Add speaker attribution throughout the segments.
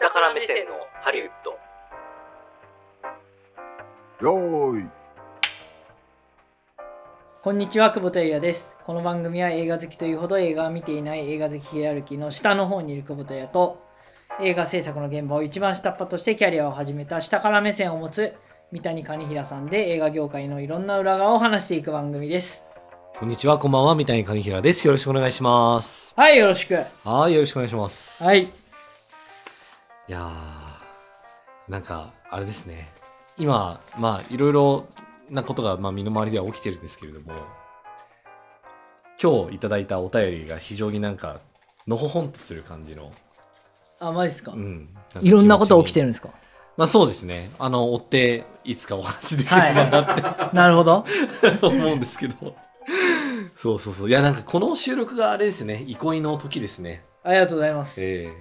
Speaker 1: 下から目線のハリウッド
Speaker 2: よーい
Speaker 3: こんにちは久保田也ですこの番組は映画好きというほど映画を見ていない映画好きヒエラルキーの下の方にいる久保田也と映画制作の現場を一番下っ端としてキャリアを始めた下から目線を持つ三谷兼平さんで映画業界のいろんな裏側を話していく番組です
Speaker 4: こんにちは、こんばんは、三谷兼平です。よろしくお願いします。
Speaker 3: はいよろしくは
Speaker 4: はい、よろしくお願いします。い
Speaker 3: い
Speaker 4: やー、なんか、あれですね。今、まあ、いろいろなことが、まあ、身の回りでは起きてるんですけれども、今日いただいたお便りが非常になんか、のほほんとする感じの、
Speaker 3: あマジですか、
Speaker 4: うん。
Speaker 3: いろんなこと起きて
Speaker 4: る。
Speaker 3: るんですか
Speaker 4: まあそうですね。あの、追って、いつかお話できればな って、
Speaker 3: なるほど
Speaker 4: 思うんですけど。そうそうそう。いや、なんかこの収録があれですね、憩いの時ですね。
Speaker 3: ありがとうございます、
Speaker 4: ええ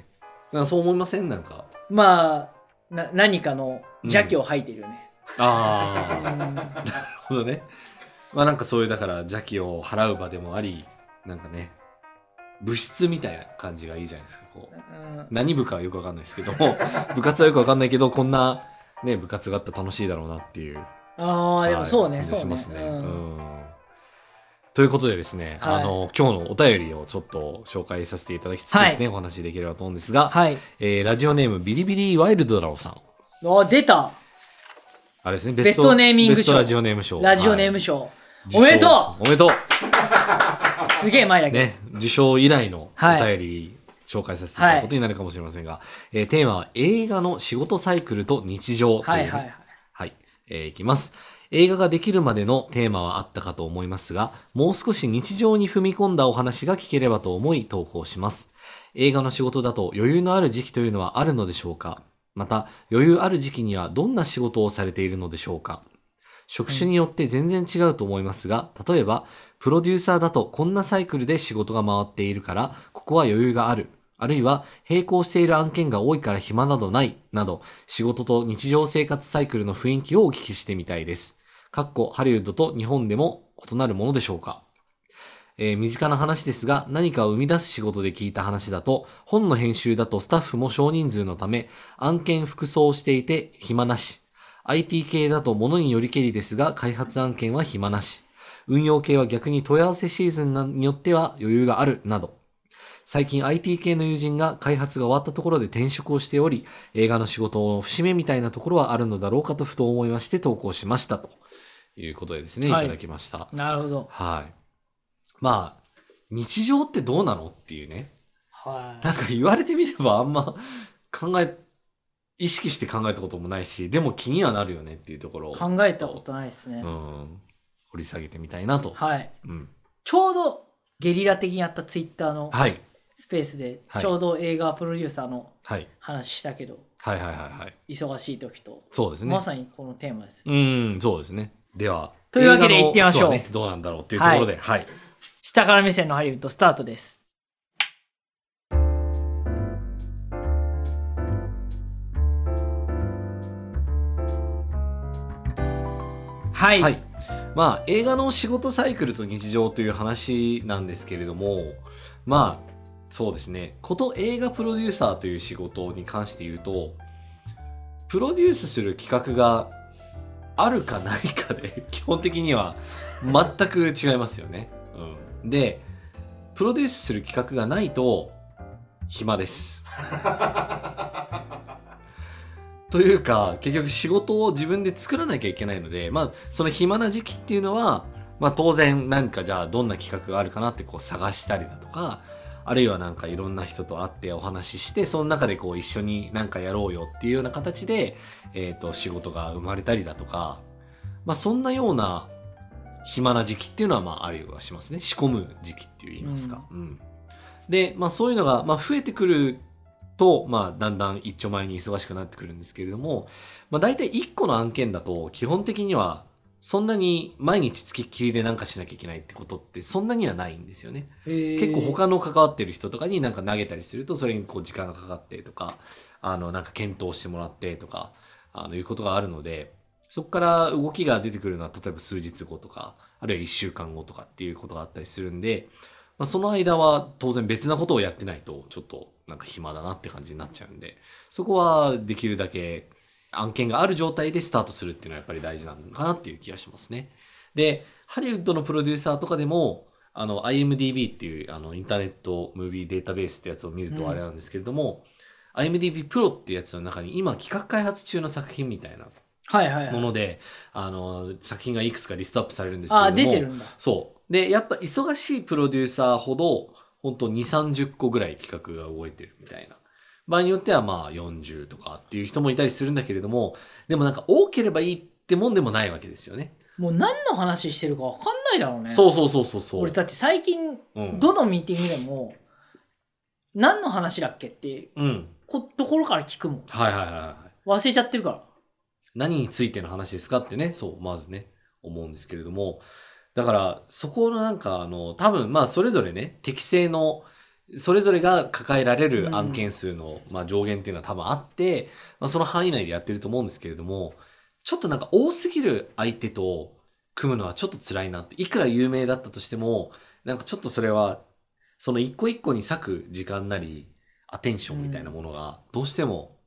Speaker 4: なんかそう思いませんなんか。
Speaker 3: まあな何かの邪気を吐いてるよね、
Speaker 4: あ
Speaker 3: う
Speaker 4: あ。
Speaker 3: ん
Speaker 4: なるほどね。まあなんかそういうだから邪気を払う場でもあり、なんかね、部室みたいな感じがいいじゃないですか。こう
Speaker 3: うん
Speaker 4: 何部かはよくわかんないですけども、 部活はよくわかんないけど、こんな、ね、部活があったら楽しいだろうなっていう。
Speaker 3: ああでもそうね、
Speaker 4: はい
Speaker 3: そ
Speaker 4: 感
Speaker 3: う
Speaker 4: じしますね。
Speaker 3: うん
Speaker 4: うんということでですね、
Speaker 3: はい
Speaker 4: あの、今日のお便りをちょっと紹介させていただきつつですね、お話しできればと思うんですが、
Speaker 3: はい
Speaker 4: えーラジオネームビリビリワイルドラオさん。
Speaker 3: あ出た
Speaker 4: あれですね、ベ
Speaker 3: ベストネーミング賞
Speaker 4: ベストラジオネーム賞。
Speaker 3: ラジオネーム
Speaker 4: 賞。受賞
Speaker 3: 賞、おめでと
Speaker 4: おめでと
Speaker 3: うすげえ前だ
Speaker 4: う
Speaker 3: けど、
Speaker 4: ね、受賞以来の
Speaker 3: はい
Speaker 4: お便り紹介させていただくことになるかもしれませんが、えーテーマは映画の仕事サイクルと日常という、
Speaker 3: はいはいはい
Speaker 4: はい、えーいきます。映画ができるまでのテーマはあったかと思いますが、もう少し日常に踏み込んだお話が聞ければと思い投稿します。映画の仕事だと余裕のある時期というのはあるのでしょうかまた、余裕ある時期にはどんな仕事をされているのでしょうか職種によって全然違うと思いますが、例えば、プロデューサーだとこんなサイクルで仕事が回っているから、ここは余裕がある。あるいは、並行している案件が多いから暇などない。など、仕事と日常生活サイクルの雰囲気をお聞きしてみたいです。かっこハリウッドと日本でも異なるものでしょうかえー身近な話ですが、何かを生み出す仕事で聞いた話だと、本の編集だとスタッフも少人数のため、案件服装をしていて暇なし。IT 系だと物によりけりですが、開発案件は暇なし。運用系は逆に問い合わせシーズンなによっては余裕がある、など。最近 IT 系の友人が開発が終わったところで転職をしており、映画の仕事の節目みたいなところはあるのだろうかとふと思いまして投稿しました。ということでですね、
Speaker 3: はい
Speaker 4: いただきました。
Speaker 3: なるほど
Speaker 4: はい。まあ、日常ってどうなのっていうね。
Speaker 3: はい
Speaker 4: なんか言われてみればあんま考え、意識して考えたこともないし、でも気にはなるよねっていうところを。
Speaker 3: 考えたことないですね、
Speaker 4: うん。掘り下げてみたいなと。
Speaker 3: はい
Speaker 4: うん。
Speaker 3: ちょうどゲリラ的にやったツイッターの
Speaker 4: はい。
Speaker 3: スペースで、
Speaker 4: はい
Speaker 3: ちょうど映画プロデューサーの
Speaker 4: はい。
Speaker 3: 話したけど
Speaker 4: はいはいはいはい。
Speaker 3: 忙しい時と、
Speaker 4: そうですね。
Speaker 3: まさにこのテーマです
Speaker 4: うん、そうですね。では。
Speaker 3: というわけで
Speaker 4: 映画の
Speaker 3: 行ってみましょう
Speaker 4: そうねどうなんだろうっていうところで。はい。
Speaker 3: 下から目線のハリウッドスタートですはい、
Speaker 4: はい。まあ、映画の仕事サイクルと日常という話なんですけれども、まあ、そうですね。こと映画プロデューサーという仕事に関して言うと、プロデュースする企画があるかないかで、 基本的には全く違いますよね。うん。で、プロデュースする企画がないと、暇です。 というか結局仕事を自分で作らなきゃいけないのでまあその暇な時期っていうのは、まあ、当然なんかじゃあどんな企画があるかなってこう探したりだとかあるいはなんかいろんな人と会ってお話ししてその中でこう一緒になんかやろうよっていうような形で、えー、と仕事が生まれたりだとか、まあ、そんなような暇な時期っていうのはまああるいはしますね仕込む時期って言いますか。うんで、まあ、そういうのが、まあ、増えてくると、まあ、だんだん一丁前に忙しくなってくるんですけれども、まあ、大体1個の案件だと基本的にはそんなに毎日つきっきりでなんかしなきゃいけないってことってそんなにはないんですよね。
Speaker 3: 結
Speaker 4: 結構他の関わってる人とかになんか投げたりするとそれにこう時間がかかってとかあのなんか検討してもらってとかあのいうことがあるのでそこから動きが出てくるのは例えば数日後とかあるいは1週間後とかっていうことがあったりするんで、まあ、その間は当然別なことをやってないとちょっとなんか暇だなって感じになっちゃうんで、そこはできるだけ案件がある状態でスタートするっていうのはやっぱり大事なのかなっていう気がしますね。で、ハリウッドのプロデューサーとかでも、あの、IMDB っていう、あの、インターネットムービーデータベースってやつを見る
Speaker 3: う
Speaker 4: と
Speaker 3: ん
Speaker 4: あれなんですけれども、IMDB プロっていうやつの中に今企画開発中の作品みたいな
Speaker 3: はいはいは
Speaker 4: も
Speaker 3: い。
Speaker 4: ので、あの、作品がいくつかリストアップされるんですけれど
Speaker 3: あ
Speaker 4: も。
Speaker 3: ー、出てるんだ。
Speaker 4: そう。で、やっぱ忙しいプロデューサーほど、本当2、30個ぐらい企画が動いてるみたいな。場合によってはまあ40とかっていう人もいたりするんだけれども、でもなんか多ければいいってもんでもないわけですよね。
Speaker 3: もう何の話してるか分かんないだろうね。
Speaker 4: そうそうそうそうそう。
Speaker 3: 俺だって最近、
Speaker 4: うん。
Speaker 3: どのミーティングでも、何の話だっけって
Speaker 4: うん。
Speaker 3: こところから聞くもん。
Speaker 4: はいはいはいはい。
Speaker 3: 忘れちゃってるから。
Speaker 4: 何についての話ですかってね、そう、まずね、思うんですけれども、だから、そこのなんか、あの、多分、まあ、それぞれね、適正の、それぞれが抱えられる案件数の、まあ、上限っていうのは多分あって、まあ、その範囲内でやってると思うんですけれども、ちょっとなんか多すぎる相手と組むのはちょっと辛いなって、いくら有名だったとしても、なんかちょっとそれは、その一個一個に割く時間なり、アテンションみたいなものが、どうしても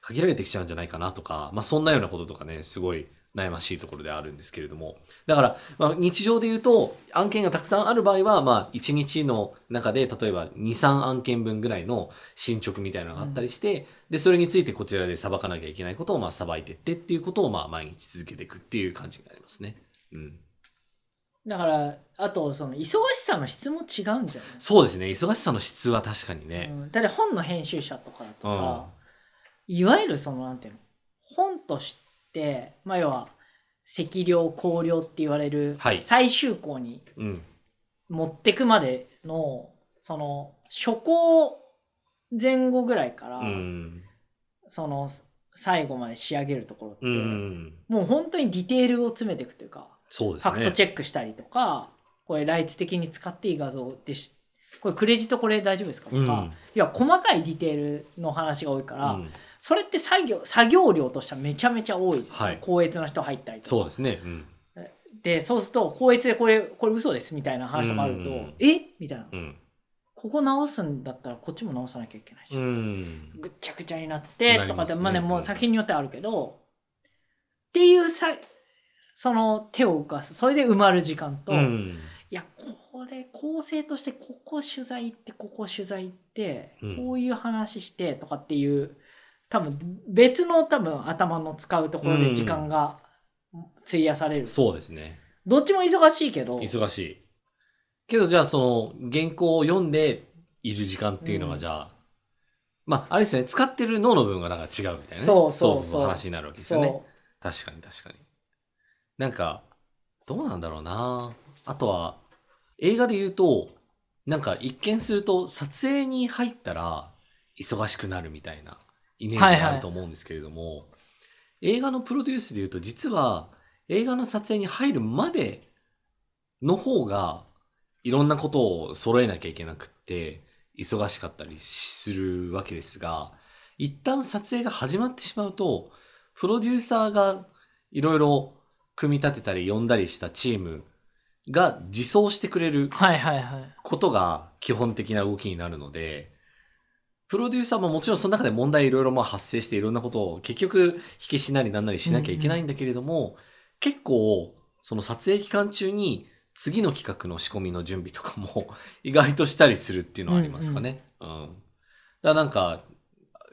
Speaker 4: 限られてきちゃうんじゃないかなとか、まあそんなようなこととかね、すごい悩ましいところであるんですけれども。だから、まあ日常で言うと、案件がたくさんある場合は、まあ1日の中で、例えば2、3案件分ぐらいの進捗みたいなのがあったりして、で、それについてこちらで裁かなきゃいけないことを、まあ裁いてってっていうことを、まあ毎日続けていくっていう感じになりますね。うん。
Speaker 3: だから、あと、その、忙しさの質も違うんじゃない
Speaker 4: そうですね。忙しさの質は確かにね。
Speaker 3: うん、だって本の編集者とかだと
Speaker 4: うん
Speaker 3: さ、いわゆるそのなんていうの本として、まあ、要は赤量光量って言われる
Speaker 4: はい
Speaker 3: 最終項に
Speaker 4: うん。
Speaker 3: 持ってくまでのその初稿前後ぐらいから、
Speaker 4: うん。
Speaker 3: その最後まで仕上げるところって、
Speaker 4: うん。
Speaker 3: もう本当にディテールを詰めていくというか、
Speaker 4: そうです
Speaker 3: フ
Speaker 4: ね。
Speaker 3: ァクトチェックしたりとかこれライツ的に使っていい画像でしこれクレジットこれ大丈夫ですかとか、
Speaker 4: うん
Speaker 3: いや細かいディテールの話が多いから、
Speaker 4: うん
Speaker 3: それって作業作業量としてはめちゃめちゃ多いじゃん、
Speaker 4: はい
Speaker 3: 高越の人入ったりとか
Speaker 4: そうですね。うん。
Speaker 3: でそうすると高越でこれこれ嘘ですみたいな話とかあると、
Speaker 4: うん
Speaker 3: えみたいな、
Speaker 4: うん。
Speaker 3: ここ直すんだったらこっちも直さなきゃいけないし、
Speaker 4: うん。
Speaker 3: ぐっちゃぐちゃになって
Speaker 4: なり
Speaker 3: と
Speaker 4: ます
Speaker 3: かで
Speaker 4: ね
Speaker 3: ま,、あねも
Speaker 4: う
Speaker 3: うん作品によってはあるけどっていうさその手を動かすそれで埋まる時間と、
Speaker 4: うん
Speaker 3: いやこれ構成としてここ取材行ってここ取材行って、
Speaker 4: うん
Speaker 3: こういう話してとかっていう多分別の多分頭の使うところで時間が費やされる、
Speaker 4: そうですね。
Speaker 3: どっちも忙しいけど
Speaker 4: 忙しい。けどじゃあその原稿を読んでいる時間っていうの
Speaker 3: う
Speaker 4: が
Speaker 3: ん
Speaker 4: じゃあ、まああれですよね、使ってる脳の部分がだから違うみたいなね。
Speaker 3: そうそうそう
Speaker 4: 話になるわけです
Speaker 3: そ
Speaker 4: よ
Speaker 3: う、
Speaker 4: ね。確かに確かに。なんか、どうなんだろうなあとは、映画で言うと、なんか一見すると撮影に入ったら忙しくなるみたいなイメージ
Speaker 3: はいは
Speaker 4: が
Speaker 3: い
Speaker 4: あると思うんですけれども、映画のプロデュースで言うと実は映画の撮影に入るまでの方がいろんなことを揃えなきゃいけなくって忙しかったりするわけですが、一旦撮影が始まってしまうと、プロデューサーがいろいろ組み立てたり呼んだりしたチームが自走してくれる
Speaker 3: はいはいはい
Speaker 4: ことが基本的な動きになるので、プロデューサーももちろんその中で問題いろいろまあ発生していろんなことを結局引きしなりなんなりしなきゃいけないんだけれども、結構その撮影期間中に次の企画の仕込みの準備とかも 意外としたりするっていうのはありますかね。うん、だからなんか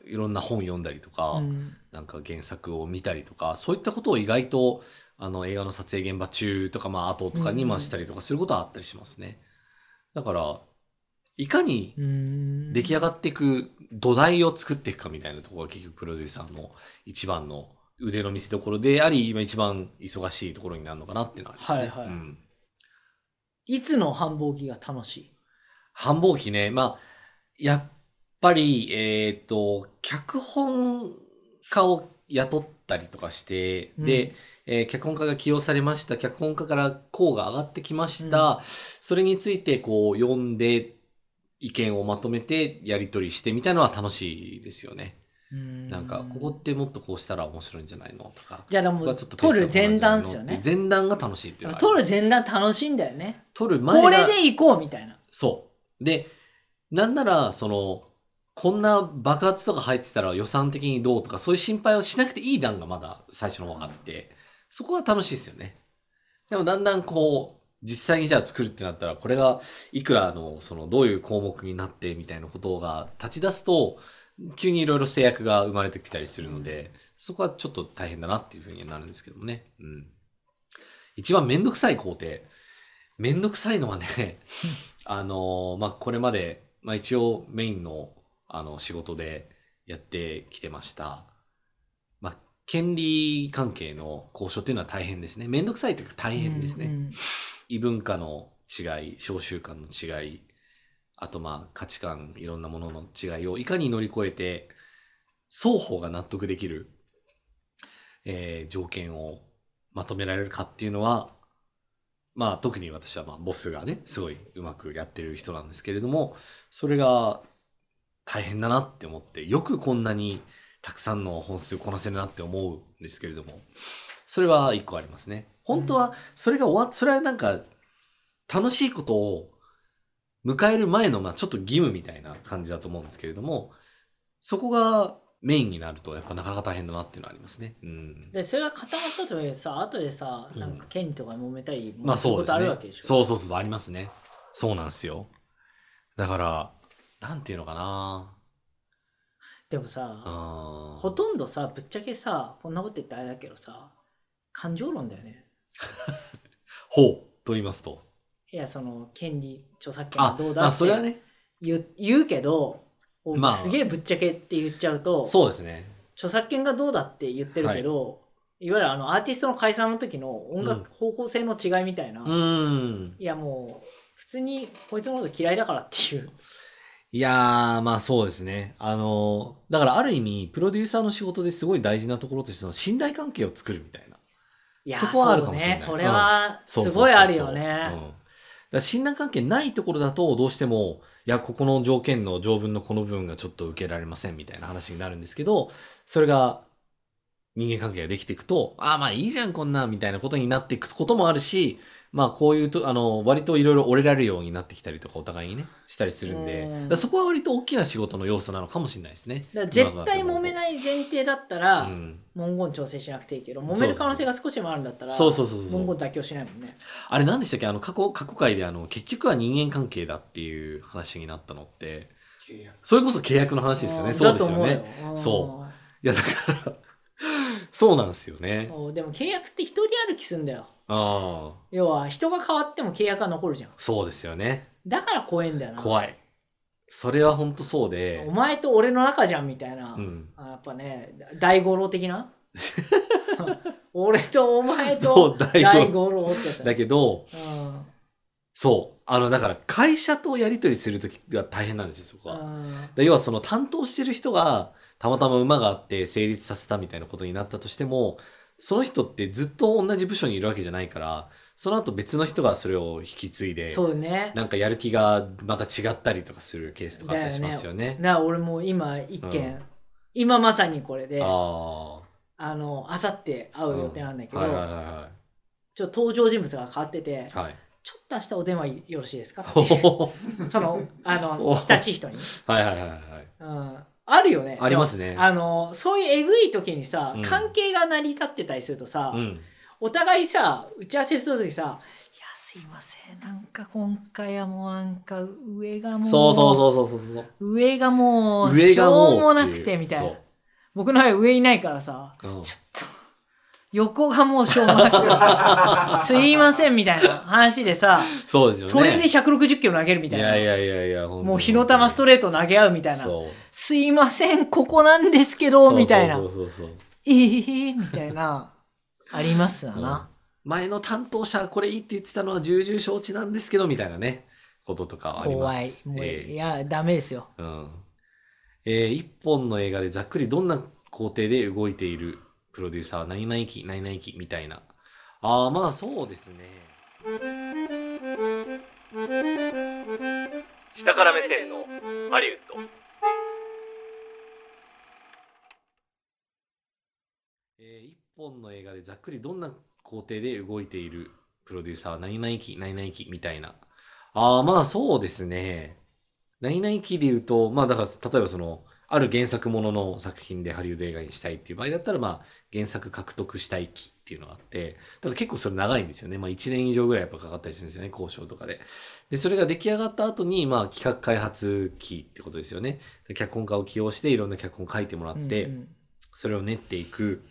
Speaker 4: いろんな本読んだりとか、
Speaker 3: うん
Speaker 4: なんか原作を見たりとか、そういったことを意外と、あの、映画の撮影現場中とか、まあ、後とかに、
Speaker 3: うんうん
Speaker 4: まあ、したりとかすることはあったりしますね。だから、いかに
Speaker 3: うん
Speaker 4: 出来上がっていく土台を作っていくかみたいなところが結局プロデューサーの一番の腕の見せ所であり、今一番忙しいところになるのかなっていうのはありますね。
Speaker 3: はいはい
Speaker 4: うん
Speaker 3: いつの繁忙期が楽しい
Speaker 4: 繁忙期ね。まあ、やっぱり、えっ、と、脚本家を雇ったりとかして、
Speaker 3: うん
Speaker 4: で、えー脚本家が起用されました、脚本家から項が上がってきました、それについてこう読んで、意見をまとめてやり取りしてみたいのは楽しいですよね。なんか、ここってもっとこうしたら面白いんじゃないのとか。
Speaker 3: じゃあで
Speaker 4: ここ
Speaker 3: も
Speaker 4: はちょっとペー
Speaker 3: 取
Speaker 4: ス
Speaker 3: る
Speaker 4: がこうな
Speaker 3: 前
Speaker 4: んじゃない
Speaker 3: 段
Speaker 4: の
Speaker 3: ですよね
Speaker 4: って前段が楽しいっていうのはあります
Speaker 3: 取る前段楽しいんだよね
Speaker 4: 撮る前が
Speaker 3: これで行こうみたいな
Speaker 4: そう。で、なんなら、その、こんな爆発とか入ってたら予算的にどうとか、そういう心配をしなくていい段がまだ最初の方があって、そこは楽しいですよね。でもだんだんこう、実際にじゃあ作るってなったら、これがいくらの、その、どういう項目になってみたいなことが立ち出すと、急にいろいろ制約が生まれてきたりするので、そこはちょっと大変だなっていうふうになるんですけどもね。うん。一番めんどくさい工程。めんどくさいのはね、あのーまあ、これまで、まあ、一応メインの、あの、仕事でやってきてました。まあ、権利関係の交渉っていうのは大変ですね。めんどくさいというか大変ですね。
Speaker 3: うんうん
Speaker 4: 異文化の違い、小習慣の違い、あとまあ価値観、いろんなものの違いをいかに乗り越えて、双方が納得できる、えー条件をまとめられるかっていうのは、まあ特に私はまあボスがね、すごいうまくやってる人なんですけれども、それが大変だなって思って、よくこんなにたくさんの本数こなせるなって思うんですけれども、それは一個ありますね。本当は、それが終わっ、それはなんか、楽しいことを迎える前の、まあちょっと義務みたいな感じだと思うんですけれども、そこがメインになると、やっぱなかなか大変だなっていうのはありますね。うん。
Speaker 3: でそれが固まったとはいえさ後でさ
Speaker 4: うん
Speaker 3: なんか権利とか揉めたり、
Speaker 4: まあそう
Speaker 3: こ
Speaker 4: で
Speaker 3: と
Speaker 4: す
Speaker 3: ある
Speaker 4: ね
Speaker 3: わけでし。ょ
Speaker 4: そうそうそう、ありますね。そうなんですよ。だから、なんていうのかな
Speaker 3: でもさ、
Speaker 4: あー
Speaker 3: ほとんどさぶっちゃけさこんなこと言ったらあれだけどさ感情論だよね
Speaker 4: ほう、と言いますと。
Speaker 3: いやその権利著作権は
Speaker 4: あ
Speaker 3: どう、だ
Speaker 4: まあ
Speaker 3: って
Speaker 4: それはね、
Speaker 3: 言う言うけど、お
Speaker 4: まあ
Speaker 3: すげえぶっちゃけって言っちゃうと
Speaker 4: そうですね。
Speaker 3: 著作権がどうだって言ってるけど、い、わゆるあのアーティストの解散の時の音楽方向性の違いみたいな、
Speaker 4: う
Speaker 3: い
Speaker 4: ーん。
Speaker 3: やもう普通にこいつのこと嫌いだからっていう
Speaker 4: いやー、まあそうですね。あのー、だからある意味、プロデューサーの仕事ですごい大事なところとして、その信頼関係を作るみたいな。
Speaker 3: いや
Speaker 4: そこはあるかもしれない
Speaker 3: そうねそれは
Speaker 4: そう
Speaker 3: す
Speaker 4: そうそう
Speaker 3: ごい
Speaker 4: そう
Speaker 3: あるよ
Speaker 4: うん
Speaker 3: ね
Speaker 4: だから信頼関係ないところだと、どうしても、いや、ここの条件の条文のこの部分がちょっと受けられませんみたいな話になるんですけど、それが人間関係ができていくと、ああ、まあいいじゃん、こんな、みたいなことになっていくこともあるし、まあこういうと、あの、割といろいろ折れられるようになってきたりとか、お互いにね、したりするんで、
Speaker 3: うん
Speaker 4: だからそこは割と大きな仕事の要素なのかもしれないですね。
Speaker 3: だから絶対揉め
Speaker 4: い。
Speaker 3: ない前提だったら、
Speaker 4: うん。
Speaker 3: 文言調整しなくていいけど
Speaker 4: そう
Speaker 3: 揉める可能性が少しでもあるんだったら
Speaker 4: そうそうそうそう
Speaker 3: 文言妥協しないもんね
Speaker 4: あれ何でしたっけあの過去、過去回であの、結局は人間関係だっていう話になったのって、それこそ契約の話ですよね。そうですよね。そういや、だから、 そうなんですよね。
Speaker 3: うんでも契約って一人歩きすんだよ
Speaker 4: ああ、
Speaker 3: 要は人が変わっても契約は残るじゃん
Speaker 4: そうですよね。
Speaker 3: だから怖いんだよな
Speaker 4: 怖い。それは本当そうで
Speaker 3: お、前と俺の中じゃんみたいな、
Speaker 4: うん。
Speaker 3: あやっぱね大五郎 的な俺とお前
Speaker 4: そう
Speaker 3: と
Speaker 4: 大五郎
Speaker 3: 大五郎ってやつ
Speaker 4: だ
Speaker 3: だね
Speaker 4: けど、
Speaker 3: うん
Speaker 4: そう。あの、だから会社とやり取りするときが大変なんですよ、そこは。
Speaker 3: うん
Speaker 4: で要はその担当してる人がたまたま馬があって成立させたみたいなことになったとしてもその人ってずっと同じ部署にいるわけじゃないからその後別の人がそれを引き継いで
Speaker 3: そうね
Speaker 4: なんかやる気がまた違ったりとかするケースとかあったりしますよね。
Speaker 3: な俺もう今一件、
Speaker 4: うん
Speaker 3: 今まさにこれであ
Speaker 4: あ
Speaker 3: のあさって会
Speaker 4: あ
Speaker 3: う予定なんだけど、
Speaker 4: はいはいは
Speaker 3: ちょっと登場人物が変わってて
Speaker 4: いはい。はい。
Speaker 3: ちょっと明日お電話よろしいですか
Speaker 4: ほほほ
Speaker 3: そのあの
Speaker 4: お
Speaker 3: 親しい人に、
Speaker 4: はいはいはいはい。
Speaker 3: うん、あるよね
Speaker 4: ありますね
Speaker 3: でもあのそういうえぐい時にさ、
Speaker 4: うん
Speaker 3: 関係が成り立ってたりするとさ、
Speaker 4: うん。
Speaker 3: お互いさ打ち合わせする時さ「いやすいませんなんか今回はもうなんか上がもう
Speaker 4: そうそうそうそうそうそう。
Speaker 3: 上がもう
Speaker 4: 上がもう
Speaker 3: しょうもな
Speaker 4: っ
Speaker 3: く
Speaker 4: い
Speaker 3: て
Speaker 4: う
Speaker 3: みたいな
Speaker 4: そ
Speaker 3: 僕の場合上いないからさ
Speaker 4: ううん
Speaker 3: ちょっと横がもうしょうもなく てすいませんみたいな話でさ
Speaker 4: そうですよね。
Speaker 3: それで160キロ投げるみたいな。
Speaker 4: いやいやいやいや、
Speaker 3: もう火の玉ストレート投げ合うみたいな。
Speaker 4: そう
Speaker 3: すいません、ここなんですけど、みたいな。
Speaker 4: そうそうそうそう。
Speaker 3: ええみたいな。ありますわな。
Speaker 4: 前の担当者はこれいいって言ってたのは重々承知なんですけどみたいなねこととかはありま
Speaker 3: 怖い。
Speaker 4: す。
Speaker 3: もう、
Speaker 4: ええ
Speaker 3: いや、ダメですよ。
Speaker 4: うんえー一本の映画でざっくりどんな工程で動いているプロデューサーは何々期何々期みたいなああまあそうですね
Speaker 1: 下から目線のハリウッド
Speaker 4: えー一本の映画でざっくりどんな工程で動いているプロデューサーは何々期何々期みたいなああまあそうですね何々期で言うと、まあだから例えばその、ある原作ものの作品でハリウッド映画にしたいっていう場合だったら、まあ原作獲得したい期っていうのがあって、ただ結構それ長いんですよね。まあ1年以上ぐらいやっぱかかったりするんですよね、交渉とかで。で、それが出来上がった後に、まあ企画開発期ってことですよね。脚本家を起用していろんな脚本書いてもらって、
Speaker 3: うん
Speaker 4: それを練っていく。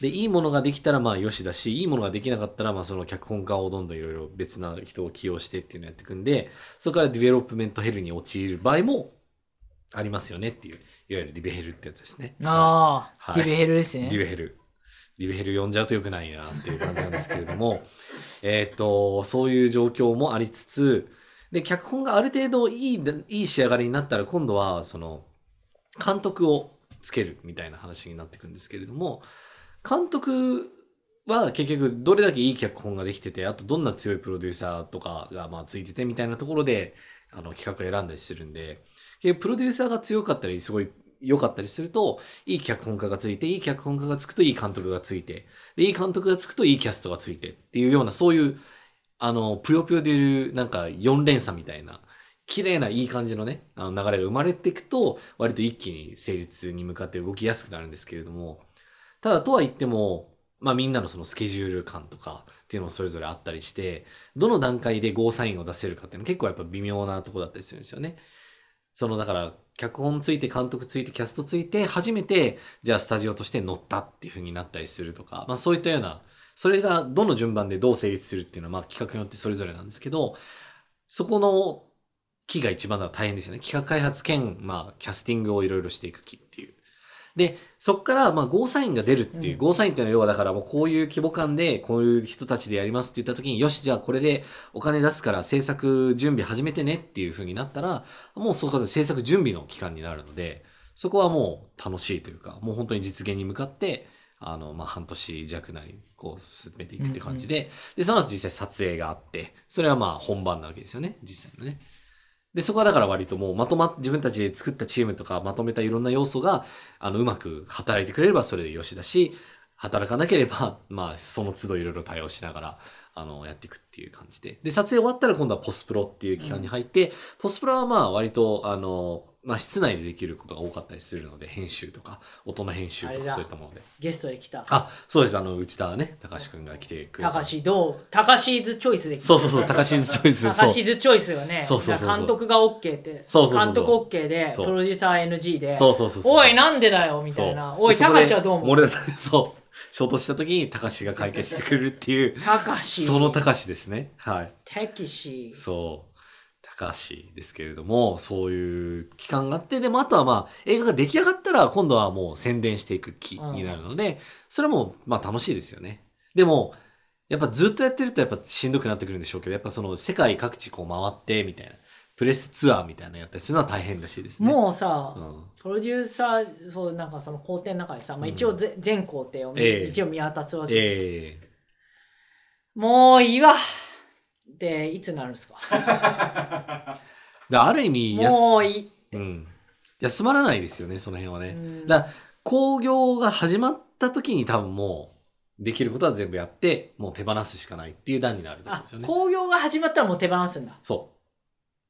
Speaker 4: で、いいものができたらまあよしだし、いいものができなかったらまあその脚本家をどんどんいろいろ別な人を起用してっていうのをやっていくんで、そこからディベロップメントヘルに陥る場合もありますよねっていう、いわゆるディベヘルってやつですね。
Speaker 3: うんああ、
Speaker 4: はい
Speaker 3: ディベヘルです
Speaker 4: デ
Speaker 3: ね
Speaker 4: ィベヘル。ディベヘル呼んじゃうと良くないなっていう感じなんですけれども、 えーっと、そういう状況もありつつ、で、脚本がある程度いい、いい仕上がりになったら、今度は、その、監督をつけるみたいな話になってくんですけれども、監督は結局どれだけいい脚本ができてて、あとどんな強いプロデューサーとかがまあついててみたいなところで、あの企画を選んだりするんで、結局プロデューサーが強かったり、すごい良かったりすると、いい脚本家がついて、いい脚本家がつくといい監督がついて、で、いい監督がつくといいキャストがついてっていうような、そういう、あの、ぷよぷよでいる、なんか4連鎖みたいな、綺麗ないい感じのね、あの流れが生まれていくと、割と一気に成立に向かって動きやすくなるんですけれども、ただとは言っても、まあみんなのそのスケジュール感とかっていうのもそれぞれあったりして、どの段階でゴーサインを出せるかっていうのは結構やっぱ微妙なとこだったりするんですよね。そのだから、脚本ついて監督ついてキャストついて初めて、じゃあスタジオとして乗ったっていう風になったりするとか、まあそういったような、それがどの順番でどう成立するっていうのはまあ企画によってそれぞれなんですけど、そこの期が一番大変ですよね。企画開発兼、まあキャスティングをいろいろしていく期っていう。で、そっから、まあ、ゴーサインが出るっていう、
Speaker 3: うん
Speaker 4: ゴーサインっていうのは要はだからもうこういう規模感で、こういう人たちでやりますって言った時に、よし、じゃあこれでお金出すから制作準備始めてねっていう風になったら、もうそこから制作準備の期間になるので、そこはもう楽しいというか、もう本当に実現に向かって、あの、まあ、半年弱なり、こう進めていくって感じで、で、その後実際撮影があって、それはまあ本番なわけですよね、実際のね。で、そこはだから割ともうまとまっ、自分たちで作ったチームとかまとめたいろんな要素が、あの、うまく働いてくれればそれでよしだし、働かなければ、 まあ、その都度いろいろ対応しながら、あの、やっていくっていう感じで。で、撮影終わったら今度はポスプロっていう期間に入って、ポスプロはまあ、割と、あの、まあ、室内でできることが多かったりするので、編集とか、音の編集
Speaker 3: あ
Speaker 4: と
Speaker 3: れ
Speaker 4: か、
Speaker 3: だ
Speaker 4: そういったもので。
Speaker 3: ゲストで来た
Speaker 4: あ、そうです。あの、内田ね、高橋くんが来てくれ
Speaker 3: 高
Speaker 4: た。
Speaker 3: 橋どう高橋ズチョイスで来た
Speaker 4: そうそうそう、高橋ズチョイス。
Speaker 3: 高
Speaker 4: そう
Speaker 3: 橋ズチョイスがね
Speaker 4: そうそうそうそう
Speaker 3: だから監督が OK って
Speaker 4: そうそうそうそう
Speaker 3: 監督 OK で
Speaker 4: そう
Speaker 3: プロデューサー NG で
Speaker 4: そうそうそうそう。
Speaker 3: おいなんでだよみたいな
Speaker 4: そう
Speaker 3: おい
Speaker 4: でそこ
Speaker 3: 高
Speaker 4: で
Speaker 3: 橋はどう思う
Speaker 4: 俺だった そう。衝突した時に高橋が解決してくれるっていう、
Speaker 3: 高橋
Speaker 4: その高橋ですね。はい。
Speaker 3: テキシ
Speaker 4: そう。高橋ですけれども、そういう期間があって、でもあとはまあ、映画が出来上がったら、今度はもう宣伝していく気になるので、それもまあ楽しいですよね。でも、やっぱずっとやってるとやっぱしんどくなってくるんでしょうけど、やっぱその世界各地こう回って、みたいな、プレスツアーみたいなのやったりするのは大変らしいですね。
Speaker 3: もうさ、
Speaker 4: うん
Speaker 3: プロデューサーそうなんかその工程の中でさ、まあ、
Speaker 4: うん
Speaker 3: 一応ぜ、全工程を見、
Speaker 4: ええ
Speaker 3: 一応見渡すわけ、
Speaker 4: ええ
Speaker 3: もういいわでいつなるんですか
Speaker 4: だからある意味、やす
Speaker 3: もういい
Speaker 4: うん、休まらないですよねその辺は
Speaker 3: う
Speaker 4: ね、
Speaker 3: ん
Speaker 4: だから興行が始まった時に多分もうできることは全部やってもう手放すしかないっていう段になると思うん
Speaker 3: あ
Speaker 4: ですよね
Speaker 3: 興行が始まったらもう手放すんだ
Speaker 4: そ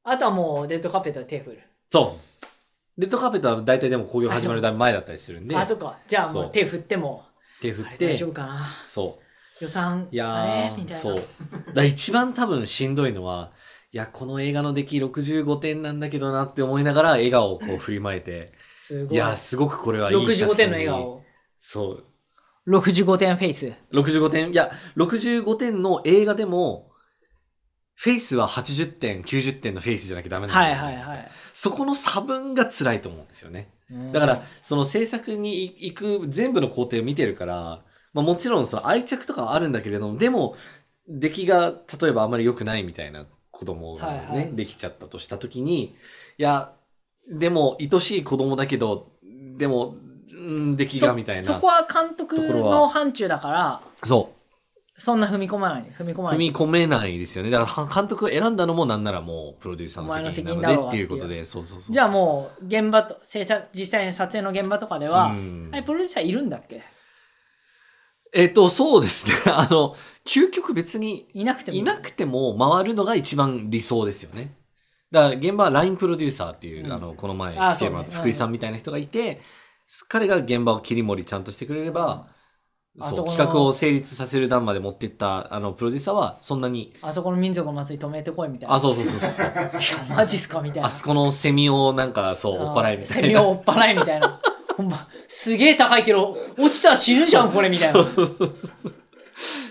Speaker 4: う
Speaker 3: あとはもうデッドカーペットで手振る
Speaker 4: そうそうレッドカーペットは大体でも興行始まるだいぶ前だったりするんで
Speaker 3: あそっかじゃあも
Speaker 4: そうう
Speaker 3: 手振っても
Speaker 4: 手振
Speaker 3: あ
Speaker 4: っ
Speaker 3: れ大
Speaker 4: て
Speaker 3: 丈夫かな
Speaker 4: そう
Speaker 3: 予算
Speaker 4: いや
Speaker 3: あれみた
Speaker 4: ーそ
Speaker 3: いな
Speaker 4: う。だから一番多分しんどいのは、いや、この映画の出来65点なんだけどなって思いながら笑顔をこう振りまいて、
Speaker 3: すご
Speaker 4: い
Speaker 3: い
Speaker 4: やー、すごくこれはいい作品に
Speaker 3: 65点の笑。顔
Speaker 4: そう。
Speaker 3: 65点フェイス
Speaker 4: 65点、いや、65点の映画でも、フェイスは80点、90点のフェイスじゃなきゃダメなん
Speaker 3: は
Speaker 4: だ
Speaker 3: い
Speaker 4: よ
Speaker 3: はいはい
Speaker 4: そこの差分が辛いと思うんですよね。
Speaker 3: うん
Speaker 4: だから、その制作に行く全部の工程を見てるから、まあもちろんその愛着とかはあるんだけれども、でも、出来が例えばあんまり良くないみたいな子供がね、
Speaker 3: はいはい
Speaker 4: できちゃったとした時に、いや、でも、愛しい子供だけど、でも、うん、出来がみたいな。
Speaker 3: そそこは監督
Speaker 4: ところは
Speaker 3: の範疇だから
Speaker 4: そう。
Speaker 3: そんな踏み込まない踏み込ま
Speaker 4: 踏
Speaker 3: ない
Speaker 4: み込めないですよね。だからは監督を選んだのもなんならもうプロデューサーの責任な
Speaker 3: お前の責任だ
Speaker 4: の
Speaker 3: ろう
Speaker 4: で
Speaker 3: が
Speaker 4: っていうことで、そうそうそう。
Speaker 3: じゃあもう現場と制作実際に撮影の現場とかでは、
Speaker 4: うん
Speaker 3: あれプロデューサーいるんだっけ
Speaker 4: えっと、そうですね。 あの、究極別に
Speaker 3: いなくても
Speaker 4: いなくても回るのが一番理想ですよね。だから現場は LINE プロデューサーっていう、
Speaker 3: うん
Speaker 4: あのこの前
Speaker 3: あ
Speaker 4: 来てもらっ
Speaker 3: そう
Speaker 4: た
Speaker 3: ね
Speaker 4: 福井さんみたいな人がいて、彼が現場を切り盛りちゃんとしてくれれば、
Speaker 3: あ
Speaker 4: そ
Speaker 3: そうこの
Speaker 4: 企画を成立させる段まで持ってったあのプロデューサーはそんなに
Speaker 3: あそこの民族の祭り止めてこいみたいな。
Speaker 4: あそうそうそうそうそう
Speaker 3: い やマジっすかみたいな。
Speaker 4: あそこのセミをなんかそう
Speaker 3: うん
Speaker 4: おっぱらいみた
Speaker 3: セ
Speaker 4: い
Speaker 3: ミ
Speaker 4: な
Speaker 3: を追っ払いみた いな。ほんま、すげえ高いけど、落ちたら死ぬじゃん、これみたいな。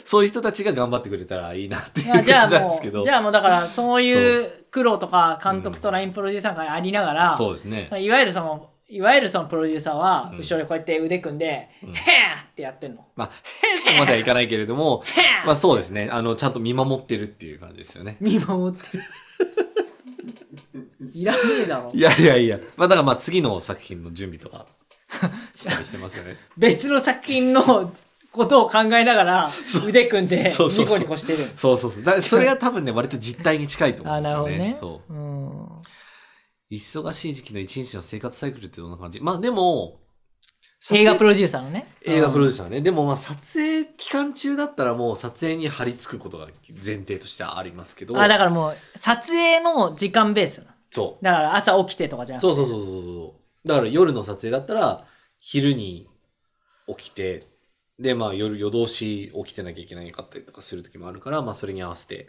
Speaker 4: そういう人たちが頑張ってくれたらいいなってい
Speaker 3: いうや
Speaker 4: 感
Speaker 3: じ
Speaker 4: じ
Speaker 3: ゃ
Speaker 4: な
Speaker 3: あ
Speaker 4: んで
Speaker 3: も
Speaker 4: すけ
Speaker 3: う、
Speaker 4: ど
Speaker 3: じゃあもうだから、そういう苦労とか監督とラインプロデューサーがありながら、
Speaker 4: そうですね
Speaker 3: そのいわゆるその、いわゆるそのプロデューサーは
Speaker 4: う、ん
Speaker 3: 後ろでこうやって腕組んで、へーってやってんの。
Speaker 4: まあ「へ」とまではいかないけれども
Speaker 3: へー
Speaker 4: まあそうですねあのちゃんと見守ってるっていう感じですよね
Speaker 3: 見守って。いらねえだろ
Speaker 4: い。やいやいやまあだからまあ次の作品の準備と かしたりしてますよね
Speaker 3: 別の作品のことを考えながら、腕組んで、
Speaker 4: そうそ
Speaker 3: ニ
Speaker 4: うそう
Speaker 3: コニコしてる。
Speaker 4: そうそうそうだからそれが多分ね割と実態に近いと思う
Speaker 3: あ、
Speaker 4: んで
Speaker 3: な
Speaker 4: す
Speaker 3: るほ
Speaker 4: よ
Speaker 3: ど
Speaker 4: ね
Speaker 3: ね。
Speaker 4: そう
Speaker 3: うん。
Speaker 4: 忙しい時期の一日の生活サイクルってどんな感じまあでも撮影
Speaker 3: 映画プロデューサーのね。
Speaker 4: 映画プロ
Speaker 3: デュ
Speaker 4: デ
Speaker 3: ー
Speaker 4: ューサーね、でもまあ撮影期間中だったらもう撮影に張り付くことが前提としてはありますけど
Speaker 3: あ、だからもう、撮影の時間ベースなの
Speaker 4: そ
Speaker 3: だから朝起きてとかじゃ
Speaker 4: う
Speaker 3: なくて。
Speaker 4: そうそうそうそうそうだから夜の撮影だったら昼に起きてでまあ夜夜通し起きてなきゃいけないかったりとかする時もあるからまあそれに合わせて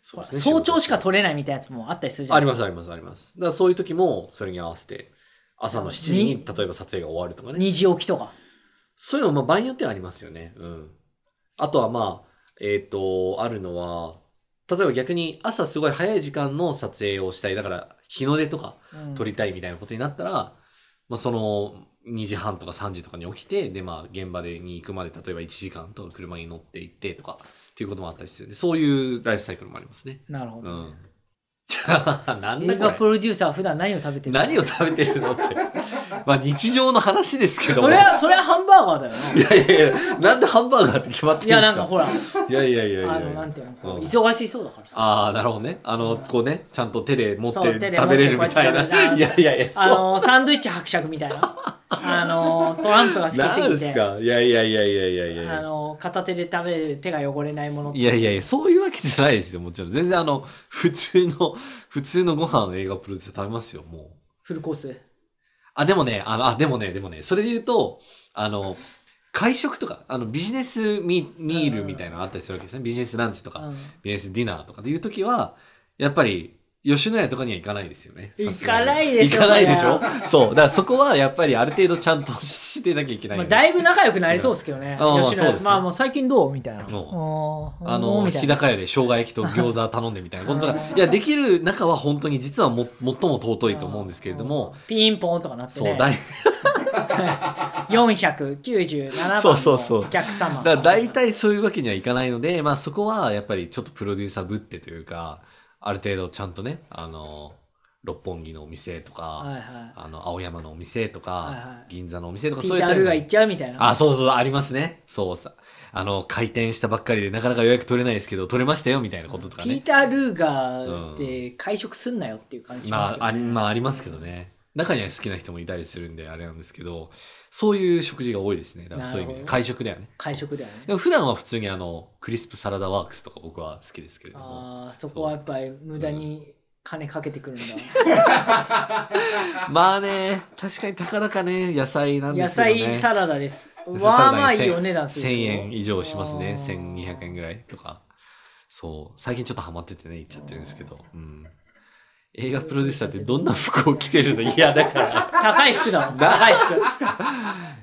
Speaker 4: そうですね
Speaker 3: 早朝しか
Speaker 4: 仕事
Speaker 3: 撮れないみたいなやつもあったりするじゃ
Speaker 4: あり
Speaker 3: ないで
Speaker 4: ますすありますありますだからそういう時もそれに合わせて朝の7時に例えば撮影が終わるとか
Speaker 3: か。
Speaker 4: ね
Speaker 3: 2時起きとか。
Speaker 4: そういうのもまあ場合によってはありますよね。うん。あとはまあ、えっ、と、あるのは、例えば逆に朝すごい早い時間の撮影をしたい。だから日の出とか
Speaker 3: うん
Speaker 4: 撮りたいみたいなことになったら、まあその2時半とか3時とかに起きて、でまあ現場でに行くまで例えば1時間とか車に乗って行ってとかっていうこともあったりするんで、そういうライフサイクルもありますね。
Speaker 3: なるほ
Speaker 4: う
Speaker 3: ど。
Speaker 4: ん。 なんだ
Speaker 3: 映画
Speaker 4: こ
Speaker 3: プ
Speaker 4: れ
Speaker 3: ロデューサーは普段何を食べてる
Speaker 4: 何を食べてるのって。 まあ日常の話ですけども。
Speaker 3: それは、それはハンバーガーだよな。
Speaker 4: いやいやいや、なんでハンバーガーって決まって
Speaker 3: い
Speaker 4: るんで
Speaker 3: や、な
Speaker 4: す
Speaker 3: んか
Speaker 4: か
Speaker 3: ほら、
Speaker 4: いやいやいやいや
Speaker 3: あ
Speaker 4: い
Speaker 3: の、な
Speaker 4: や
Speaker 3: んていうの、こう
Speaker 4: うん
Speaker 3: 忙しそうだからさ。
Speaker 4: ああ、なるほどね。あの、こうね、ちゃんと手で持って
Speaker 3: そう
Speaker 4: 食
Speaker 3: 手
Speaker 4: べ
Speaker 3: で持って
Speaker 4: れるみたいな。
Speaker 3: こうやって食べ
Speaker 4: いやいやいや、
Speaker 3: あ
Speaker 4: そう。
Speaker 3: の、サンドイッチ伯爵みたいな。あの、トランプが好き
Speaker 4: なんです
Speaker 3: ぎ
Speaker 4: す
Speaker 3: て、
Speaker 4: かいやいやいやいやいやいやい
Speaker 3: あ
Speaker 4: や。
Speaker 3: の、片手で食べる手が汚れないものって
Speaker 4: いやいやいや、そういうわけじゃないですよ、もちろん。全然あの、普通の、 普通のご飯映画プロデューサー食べますよ、もう。
Speaker 3: フルコース。
Speaker 4: あ、でもね、あの、あ、でもね、でもね、それで言うと、あの、会食とか、あの、ビジネスミミールみたいなのあったりするわけですね。ビジネスランチとか。
Speaker 3: うん
Speaker 4: ビジネスディナーとかでいうときは、やっぱり、吉野家とかには行かないですよね。
Speaker 3: 行かないでしょ
Speaker 4: 行かないでしょ
Speaker 3: そ
Speaker 4: そう。だからそこはやっぱりある程度ちゃんとして なきゃいけないよ
Speaker 3: まあ、
Speaker 4: ね、
Speaker 3: だいぶ仲良くなりそうですけどね。
Speaker 4: ああ
Speaker 3: 吉
Speaker 4: そうで
Speaker 3: 野家。
Speaker 4: すね
Speaker 3: まあ、もう最近どうみたいな。あ
Speaker 4: うん
Speaker 3: あ
Speaker 4: あの、
Speaker 3: みた
Speaker 4: 日
Speaker 3: いな。
Speaker 4: 高屋で生姜焼きと餃子頼んでみたいな こととか
Speaker 3: う、ん
Speaker 4: いや、できる中は本当に実はも、最も尊いと思うんですけれども、
Speaker 3: ピンポンとかなって
Speaker 4: そう、
Speaker 3: ね。
Speaker 4: だい、
Speaker 3: 497番
Speaker 4: そうそうそ
Speaker 3: の
Speaker 4: う
Speaker 3: お客様。
Speaker 4: だ大体そういうわけにはいかないので、まあそこはやっぱりちょっとプロデューサーぶってというか、ある程度ちゃんとね、あの、六本木のお店とか、
Speaker 3: はいは
Speaker 4: あの青山のお店とか、
Speaker 3: はいはい
Speaker 4: 銀座のお店と
Speaker 3: い。
Speaker 4: か
Speaker 3: ピー
Speaker 4: い
Speaker 3: ター・ルーが行っちゃうみたいな。
Speaker 4: あそうそうありますねそうさあの開店したばっかりでなかなか予約取れないですけど取れましたよみたいなこととか
Speaker 3: ピー
Speaker 4: ね
Speaker 3: ター・ルーガーで会食すんなよっていう感じします
Speaker 4: ま
Speaker 3: け
Speaker 4: あ
Speaker 3: ど、
Speaker 4: あ
Speaker 3: ね
Speaker 4: りまあありますけどね中には好きな人もいたりするんであれなんですけどそういう食事が多いですねだからそういう意味で
Speaker 3: なるほど
Speaker 4: 会食だよね
Speaker 3: 会食だよね。
Speaker 4: でも普段は普通にあのクリスプサラダワークスとか僕は好きですけれども
Speaker 3: ああ、そこはやっぱり無駄に金かけてくるんだ。
Speaker 4: まあね確かに高々ね野菜なんで
Speaker 3: 野
Speaker 4: すけどね
Speaker 3: 菜サラダです。
Speaker 4: 野菜サラダ
Speaker 3: わあ
Speaker 4: に
Speaker 3: まあい
Speaker 4: せん
Speaker 3: いお値段する
Speaker 4: 1000円以上しますね
Speaker 3: あー
Speaker 4: 1200円ぐらいとかそう最近ちょっとハマっててね行っちゃってるんですけど、うん、映画プロデューサーってどんな服を着てるの嫌だ から
Speaker 3: 高い服だろ。高い服。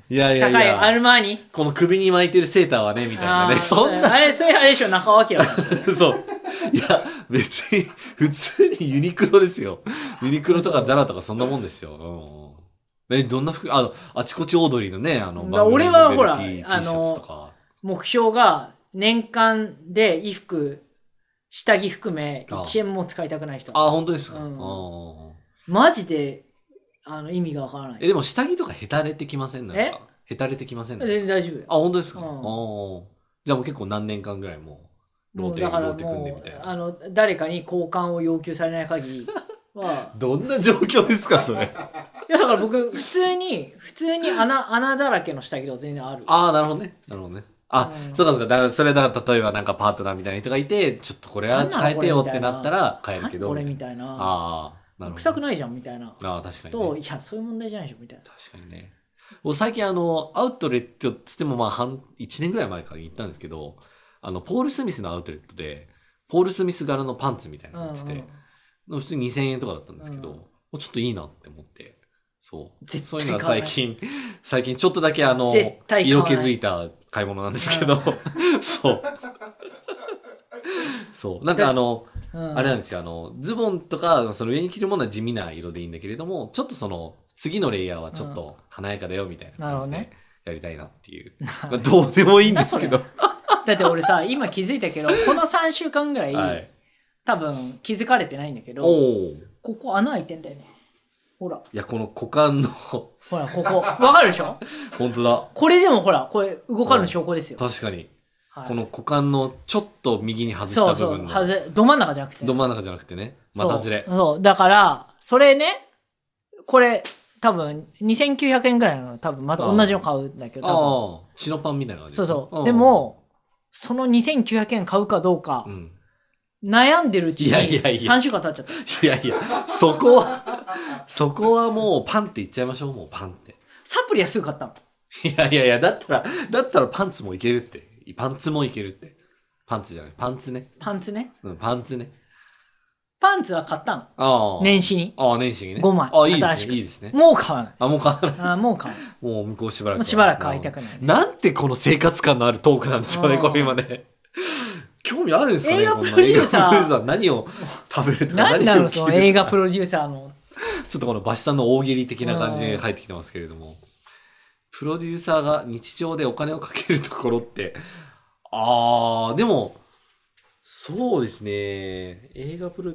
Speaker 4: いやいやい
Speaker 3: 高いア
Speaker 4: や
Speaker 3: ルマーニ。
Speaker 4: この首に巻いてるセーターはねみたいな
Speaker 3: あ
Speaker 4: ね
Speaker 3: ー
Speaker 4: そんな
Speaker 3: あれ、それあれでしょ、中尾明だ。
Speaker 4: そういや別に普通にユニクロですよユニクロとかザラとかそんなもんですよ、うんえどんな服ああちこちオードリーのねあの
Speaker 3: だ俺はほら
Speaker 4: 番組の
Speaker 3: あ
Speaker 4: T シャ
Speaker 3: の
Speaker 4: ツとか
Speaker 3: 目標が年間で衣服下着含め
Speaker 4: あ
Speaker 3: 1円も使いたくない人
Speaker 4: あ本当ですか、
Speaker 3: うん
Speaker 4: ああ
Speaker 3: マジであの意味がわからな
Speaker 4: え
Speaker 3: い
Speaker 4: でも下着とかへたれてきませんなん
Speaker 3: え
Speaker 4: かへたれてきませんなんか
Speaker 3: 全然大丈夫
Speaker 4: あ本当ですか、
Speaker 3: うん
Speaker 4: ああじゃあもう結構何年間ぐらいもうロ
Speaker 3: も
Speaker 4: ー
Speaker 3: う
Speaker 4: テ
Speaker 3: だから
Speaker 4: ローテ組んでみ
Speaker 3: も
Speaker 4: たいうな
Speaker 3: あの誰かに交換を要求されない限りは
Speaker 4: どんな状況ですかそれあ
Speaker 3: いやだから僕普通に普通に穴穴だらけの下着とか全然ある
Speaker 4: あなるほどねなるほどねあ、
Speaker 3: うん
Speaker 4: そうかそうか。だから、それだから、例えばなんかパートナーみたいな人がいて、ちょっとこれは
Speaker 3: なんなの
Speaker 4: 変えてよって
Speaker 3: これみたいな
Speaker 4: なったら変える
Speaker 3: 何
Speaker 4: けど。
Speaker 3: これ
Speaker 4: み
Speaker 3: み
Speaker 4: たい
Speaker 3: たい
Speaker 4: な
Speaker 3: な
Speaker 4: ああ、なるほど。
Speaker 3: 臭くないじゃんみたいな
Speaker 4: ああ、確かに、
Speaker 3: と
Speaker 4: ね。
Speaker 3: いやそういう問題じゃないでしょみたいな
Speaker 4: 確かにね。もう最近あの、アウトレットっつってもまあ半、1年ぐらい前から行ったんですけど、あの、ポール・スミスのアウトレットで、ポール・スミス柄のパンツみたいなの
Speaker 3: うん
Speaker 4: 売
Speaker 3: う
Speaker 4: っ
Speaker 3: ん
Speaker 4: てて、普通に2000円とかだったんですけど、
Speaker 3: うん
Speaker 4: もうちょっといいなって思って。そう。
Speaker 3: 絶
Speaker 4: そ
Speaker 3: 対
Speaker 4: ういうの
Speaker 3: 買わ
Speaker 4: が
Speaker 3: ない
Speaker 4: 最近、 最近ちょっとだけあの
Speaker 3: 絶、対買わ
Speaker 4: 色
Speaker 3: ない
Speaker 4: 気づいた買い物なんですけど、 そう。そう。なんかあの、
Speaker 3: うん
Speaker 4: あれなんですよ、あの、ズボンとか、その上に着るものは地味な色でいいんだけれども、ちょっとその、次のレイヤーはちょっと華やかだよみたいな感じ
Speaker 3: なる
Speaker 4: で
Speaker 3: ほ
Speaker 4: やりたいなっていう。
Speaker 3: はい
Speaker 4: まあどうでもいいんですけど。
Speaker 3: だって俺 さ今気づいたけどこの3週間 ぐらい、
Speaker 4: はい。
Speaker 3: 多分気づかれてないんだけ
Speaker 4: お
Speaker 3: ど
Speaker 4: お。い
Speaker 3: ここ穴開いてんだよねほら
Speaker 4: や、この股間の、
Speaker 3: ほらここわかるでしょ
Speaker 4: 本当だ。
Speaker 3: これでもほらこれ動かぬ証拠ですよ、
Speaker 4: 確かに。
Speaker 3: はい
Speaker 4: この股間のちょっと右に外し
Speaker 3: そ
Speaker 4: た
Speaker 3: う
Speaker 4: 部
Speaker 3: そう
Speaker 4: 分の。
Speaker 3: はずど真ん中じゃなくて
Speaker 4: ど真ん中じゃなくてね。
Speaker 3: そう
Speaker 4: 股ずれ。
Speaker 3: そうだからそれねこれ多分2900円ぐらいなの多分また同じの買うんだけど
Speaker 4: あ
Speaker 3: 多
Speaker 4: あ。血のパンみたいな感
Speaker 3: 分
Speaker 4: じ
Speaker 3: そうそううんで、もその2900円買うかどうか
Speaker 4: うん。
Speaker 3: 悩んでるうちに
Speaker 4: いやいやいや
Speaker 3: 3週間経っちゃった
Speaker 4: いやいや、そこは、そこはもうパンって言っちゃいましょう、もうパンって。
Speaker 3: サプリはすぐ買ったの
Speaker 4: いやいやいや、だったら、だったらパンツもいけるって。パンツもいけるって。パンツじゃない。パンツね。
Speaker 3: パンツね
Speaker 4: うん、パンツね。
Speaker 3: パンツは買ったの
Speaker 4: ああ。。
Speaker 3: 年始に
Speaker 4: ああ、年始にね。
Speaker 3: 五枚
Speaker 4: あいいで
Speaker 3: 新
Speaker 4: す
Speaker 3: し
Speaker 4: ね。
Speaker 3: く
Speaker 4: いいですね。
Speaker 3: もう買わない
Speaker 4: あ、もう買わない。
Speaker 3: あーもう買わない
Speaker 4: もう向こうしばらく
Speaker 3: も
Speaker 4: は。
Speaker 3: うしばらくは会いたくない
Speaker 4: なんてこの生活感のあるトークなんでしょうね、
Speaker 3: うん
Speaker 4: これ今ね。興味あるんですかね
Speaker 3: 映画
Speaker 4: こんな
Speaker 3: プロデューサー
Speaker 4: 映画プロデューサー何を食べるとか 何
Speaker 3: 何な
Speaker 4: を
Speaker 3: の
Speaker 4: 着
Speaker 3: その
Speaker 4: る
Speaker 3: 映画プロデューサーの
Speaker 4: ちょっとこのバシさんの大喜利的な感じで入ってきてますけれども、プロデューサーが日常でお金をかけるところって、あー、でも、そうですね、映画プロ、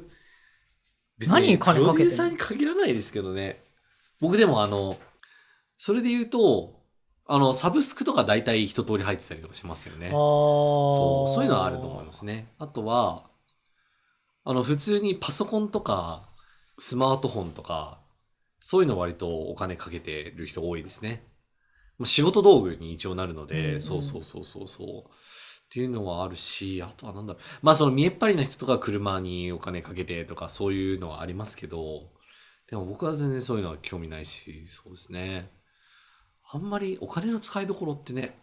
Speaker 4: 別
Speaker 3: 何に
Speaker 4: にプ
Speaker 3: 金か
Speaker 4: ロ
Speaker 3: けてんの
Speaker 4: デューサーに限らないですけどね、僕でもあの、それで言うと、あの、サブスクとか大体一通り入ってたりとかしますよね。
Speaker 3: そ
Speaker 4: そうそういうのはあると思いますね。あとは、あの、普通にパソコンとか、スマートフォンとか、そういうの割とお金かけてる人多いですね。まあ仕事道具に一応なるので、
Speaker 3: うんうん
Speaker 4: そうそうそうそうそう。っていうのはあるし、あとはなんだろう。まあその見えっ張りな人とかは車にお金かけてとかそういうのはありますけど、でも僕は全然そういうのは興味ないし、そうですね。あんまりお金の使いどころってね、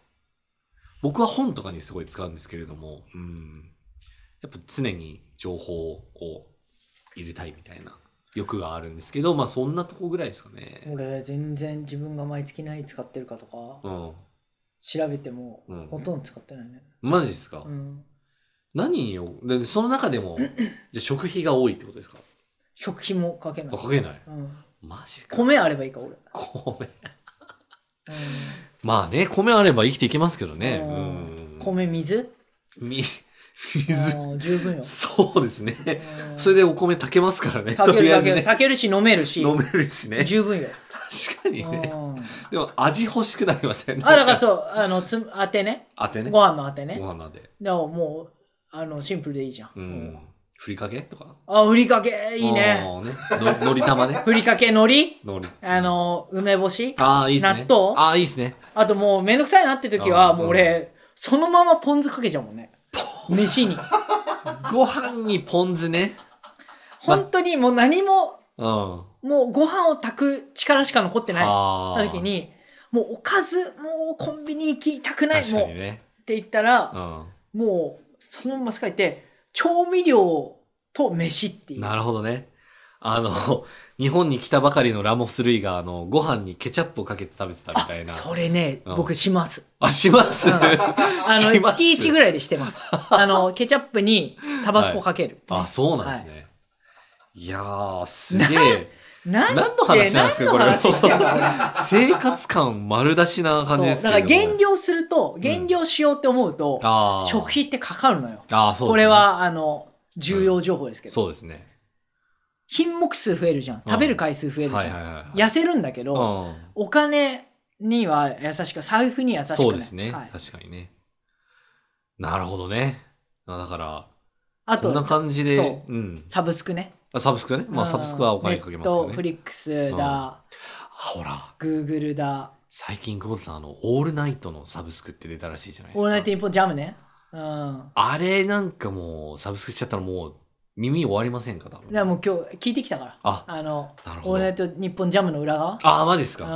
Speaker 4: 僕は本とかにすごい使うんですけれども、うん。やっぱ常に情報をこう入れたいみたいな欲があるんですけど、まあそんなとこぐらいですかね。
Speaker 3: 俺全然自分が毎月何使ってるかとか
Speaker 4: うん。
Speaker 3: 調べても
Speaker 4: うん
Speaker 3: ほとんど使ってないね、
Speaker 4: マジですか、
Speaker 3: うん、
Speaker 4: 何を、でその中で も、じゃあ食費が多いってことですか
Speaker 3: 食費もかけない
Speaker 4: あ、かけない。
Speaker 3: うん、
Speaker 4: マジか。
Speaker 3: 米あればいいか俺、うん
Speaker 4: 米。まあね、米あれば生きていけますけどね。う
Speaker 3: うん
Speaker 4: ん。
Speaker 3: 米水
Speaker 4: み、水。
Speaker 3: うん十分よ
Speaker 4: そうですね。
Speaker 3: うん
Speaker 4: それでお米炊けますからね。
Speaker 3: 炊
Speaker 4: と
Speaker 3: ける
Speaker 4: りあえず
Speaker 3: 炊ける
Speaker 4: ね。
Speaker 3: 炊けるし飲めるし
Speaker 4: 飲めるしね。
Speaker 3: 十分よ、
Speaker 4: 確かに
Speaker 3: うん、
Speaker 4: ね。
Speaker 3: あ
Speaker 4: でも味欲しくなりません。
Speaker 3: だからそうあのつ当てね
Speaker 4: 当てね。
Speaker 3: ご飯の当てね
Speaker 4: ご飯なんで。
Speaker 3: でももうあのシンプルでいいじゃん、
Speaker 4: うん。ふりかけとか。
Speaker 3: あふりかけいいね
Speaker 4: あーね。の のり玉ね。
Speaker 3: ふりかけ海苔
Speaker 4: のり。
Speaker 3: あの梅干し
Speaker 4: ああ、いいですね。
Speaker 3: 納豆
Speaker 4: ああ、いいですね。
Speaker 3: あともうめんどくさいなって時
Speaker 4: あ
Speaker 3: は
Speaker 4: ー
Speaker 3: もう俺そのままポン酢かけちゃうもんね飯 に
Speaker 4: ご飯にポン酢ね。
Speaker 3: 本当にもう何も
Speaker 4: うん。は
Speaker 3: もうご飯を炊く力しか残ってない
Speaker 4: あ
Speaker 3: た時。にもうおかずもうコンビニ行きたくない
Speaker 4: 確か
Speaker 3: もうっ
Speaker 4: にね。
Speaker 3: て言った
Speaker 4: う
Speaker 3: ら
Speaker 4: ん。
Speaker 3: もうそのまま使えて調味料と飯っていう
Speaker 4: なるほどね。あの、日本に来たばかりのラモス・ルイが、あの、ご飯にケチャップをかけて食べてたみたいな。
Speaker 3: それね
Speaker 4: うん
Speaker 3: 僕します
Speaker 4: あ、します。
Speaker 3: うんあの
Speaker 4: します
Speaker 3: 月1ぐらいでして ますあのケチャップにタバスコかける、
Speaker 4: あ、そうなんですね。い、やー、すげえ。
Speaker 3: なん
Speaker 4: 何の話なんですか、これ。
Speaker 3: 何の話してんのこれ
Speaker 4: 生活感丸出しな感じで
Speaker 3: そう
Speaker 4: すけ
Speaker 3: だ
Speaker 4: れ
Speaker 3: か
Speaker 4: ど
Speaker 3: ら
Speaker 4: も
Speaker 3: 減量すると減量しようって思うと、
Speaker 4: あー
Speaker 3: 食。費ってかかるのよ、
Speaker 4: あーそうですね
Speaker 3: これ。はあの重要情報ですけど、
Speaker 4: そうですね。
Speaker 3: 品目数増えるじゃん食べる回数増えるじゃん、
Speaker 4: はいはいはいはい。
Speaker 3: 痩せるんだけど、
Speaker 4: うん。
Speaker 3: お金には優しく財布には優しくない
Speaker 4: そうですね、
Speaker 3: はい
Speaker 4: 確かにね。なるほどね。あだから、
Speaker 3: あ
Speaker 4: こんな
Speaker 3: と
Speaker 4: 感じで、
Speaker 3: そ
Speaker 4: うん。
Speaker 3: サブスクね、
Speaker 4: あサブスクね。まあ、
Speaker 3: うん
Speaker 4: サブスクはお金かけますか
Speaker 3: ネット
Speaker 4: ら
Speaker 3: フ
Speaker 4: ね。
Speaker 3: リックスだ、
Speaker 4: あほら。
Speaker 3: グーグルだ
Speaker 4: 最近久保田さんあの「オールナイト」のサブスクって出たらしいじゃないですか
Speaker 3: オールナイトニッポンジャムね。うん。
Speaker 4: あれなんかもうサブスクしちゃったらもう耳終わりませんか多分
Speaker 3: だからもう今日聞いてきたから。
Speaker 4: あ
Speaker 3: の、
Speaker 4: なる
Speaker 3: オー
Speaker 4: ほ
Speaker 3: ルナ
Speaker 4: ど
Speaker 3: イト日本ジャムの裏側。
Speaker 4: ああマジですか
Speaker 3: あ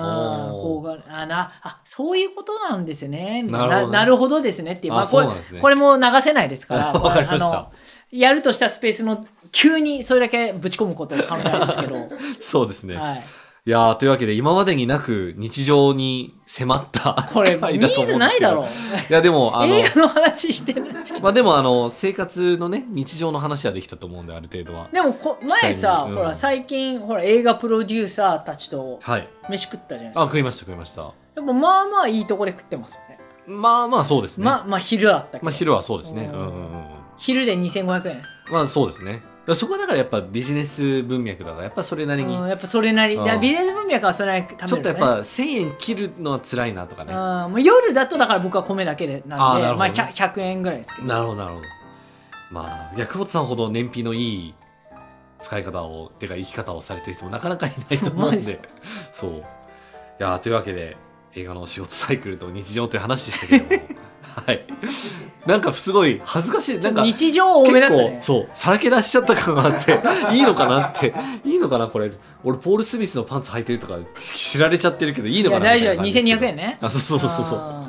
Speaker 3: ーこ
Speaker 4: お
Speaker 3: う
Speaker 4: ー
Speaker 3: があなあそういうことなんですねみた
Speaker 4: な
Speaker 3: い
Speaker 4: るほどね
Speaker 3: なるほどですねっていう、まあ、
Speaker 4: あ
Speaker 3: こ
Speaker 4: そう
Speaker 3: れ
Speaker 4: なんですね
Speaker 3: これも流せないですから
Speaker 4: わかりました
Speaker 3: あのやるとしたスペースの急にそれだけぶち込むことの可能性ありま すけど、
Speaker 4: そうですね、
Speaker 3: はい、
Speaker 4: いやーというわけで今までになく日常に迫った
Speaker 3: これニ
Speaker 4: 回だと思うんですけど
Speaker 3: ーズないだろう
Speaker 4: いやでもあの
Speaker 3: 映画の話してない
Speaker 4: まあでもあの生活のね日常の話はできたと思うんである程度は
Speaker 3: でもこ前さ、
Speaker 4: 期待にうん
Speaker 3: ほら最近ほら映画プロデューサーたちと
Speaker 4: はい
Speaker 3: 飯食ったじゃないです
Speaker 4: あ
Speaker 3: か
Speaker 4: 食いました食いました
Speaker 3: やっぱまあまあいいとこで食ってますよね
Speaker 4: まあまあそうですね
Speaker 3: まあまあ昼だったけど、
Speaker 4: まあ昼はそうですね
Speaker 3: う
Speaker 4: うんんうんうん
Speaker 3: 昼で2500円
Speaker 4: まあそうですねいやそこはだからやっぱビジネス文脈だからやっぱそれなりに
Speaker 3: うん、やっぱそれなり、
Speaker 4: うん
Speaker 3: だからビジネス文脈はそれなりに食べる
Speaker 4: ちょっ
Speaker 3: ん
Speaker 4: と
Speaker 3: で
Speaker 4: や
Speaker 3: す
Speaker 4: っ
Speaker 3: ね
Speaker 4: ぱ1000円切るのは辛いなとかね
Speaker 3: うんもう夜だとだから僕は米だけでなん
Speaker 4: あー
Speaker 3: で
Speaker 4: なるほどね
Speaker 3: まあ、100, 100円ぐらいですけど
Speaker 4: なるほどなるほどまあいや久保田さんほど燃費のいい使い方をてか生き方をされてる人もなかなかいないと思うん
Speaker 3: マジ
Speaker 4: でそういやーというわけで映画の仕事サイクルと日常という話でしたけれど もはいなんかすごい恥ずかしい
Speaker 3: ち
Speaker 4: な
Speaker 3: ょっ
Speaker 4: ん
Speaker 3: と
Speaker 4: か
Speaker 3: 日常多めだ
Speaker 4: 結
Speaker 3: った
Speaker 4: 構、
Speaker 3: ね
Speaker 4: そうさらけ出しちゃった感があって いいのかなっていいのかなこれ俺ポール・スミスのパンツ履いてるとか知られちゃってるけどいいのか
Speaker 3: いや
Speaker 4: な
Speaker 3: 大
Speaker 4: みたいな
Speaker 3: 丈夫
Speaker 4: 感じですけど
Speaker 3: 2200円ね
Speaker 4: あそうそうそうそうそう
Speaker 3: あ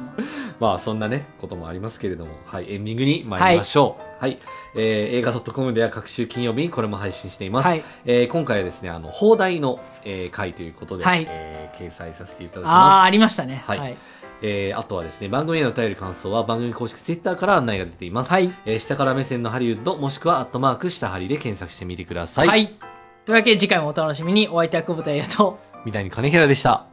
Speaker 4: まあそんなねこともありますけれども、はい、エンディングに参りましょう。はい、えー映画 .com では各週金曜日にこれも配信してい
Speaker 3: ー
Speaker 4: ます。
Speaker 3: はい
Speaker 4: えー今回はですねあの放題の、えー回ということで、
Speaker 3: はい
Speaker 4: えー掲載させていただき
Speaker 3: あー
Speaker 4: ま
Speaker 3: あ
Speaker 4: す。
Speaker 3: りましたねは
Speaker 4: はいい
Speaker 3: はい、
Speaker 4: えーあとはですね番組へのお便り感想は番組公式ツイッターから案内が出ています。
Speaker 3: はい
Speaker 4: えー下から目線のハリウッドもしくはアットマーク下ハリで検索してみてください。
Speaker 3: というわけで次回もお楽しみにお相手は久保田優也と
Speaker 4: みたいに金平でした。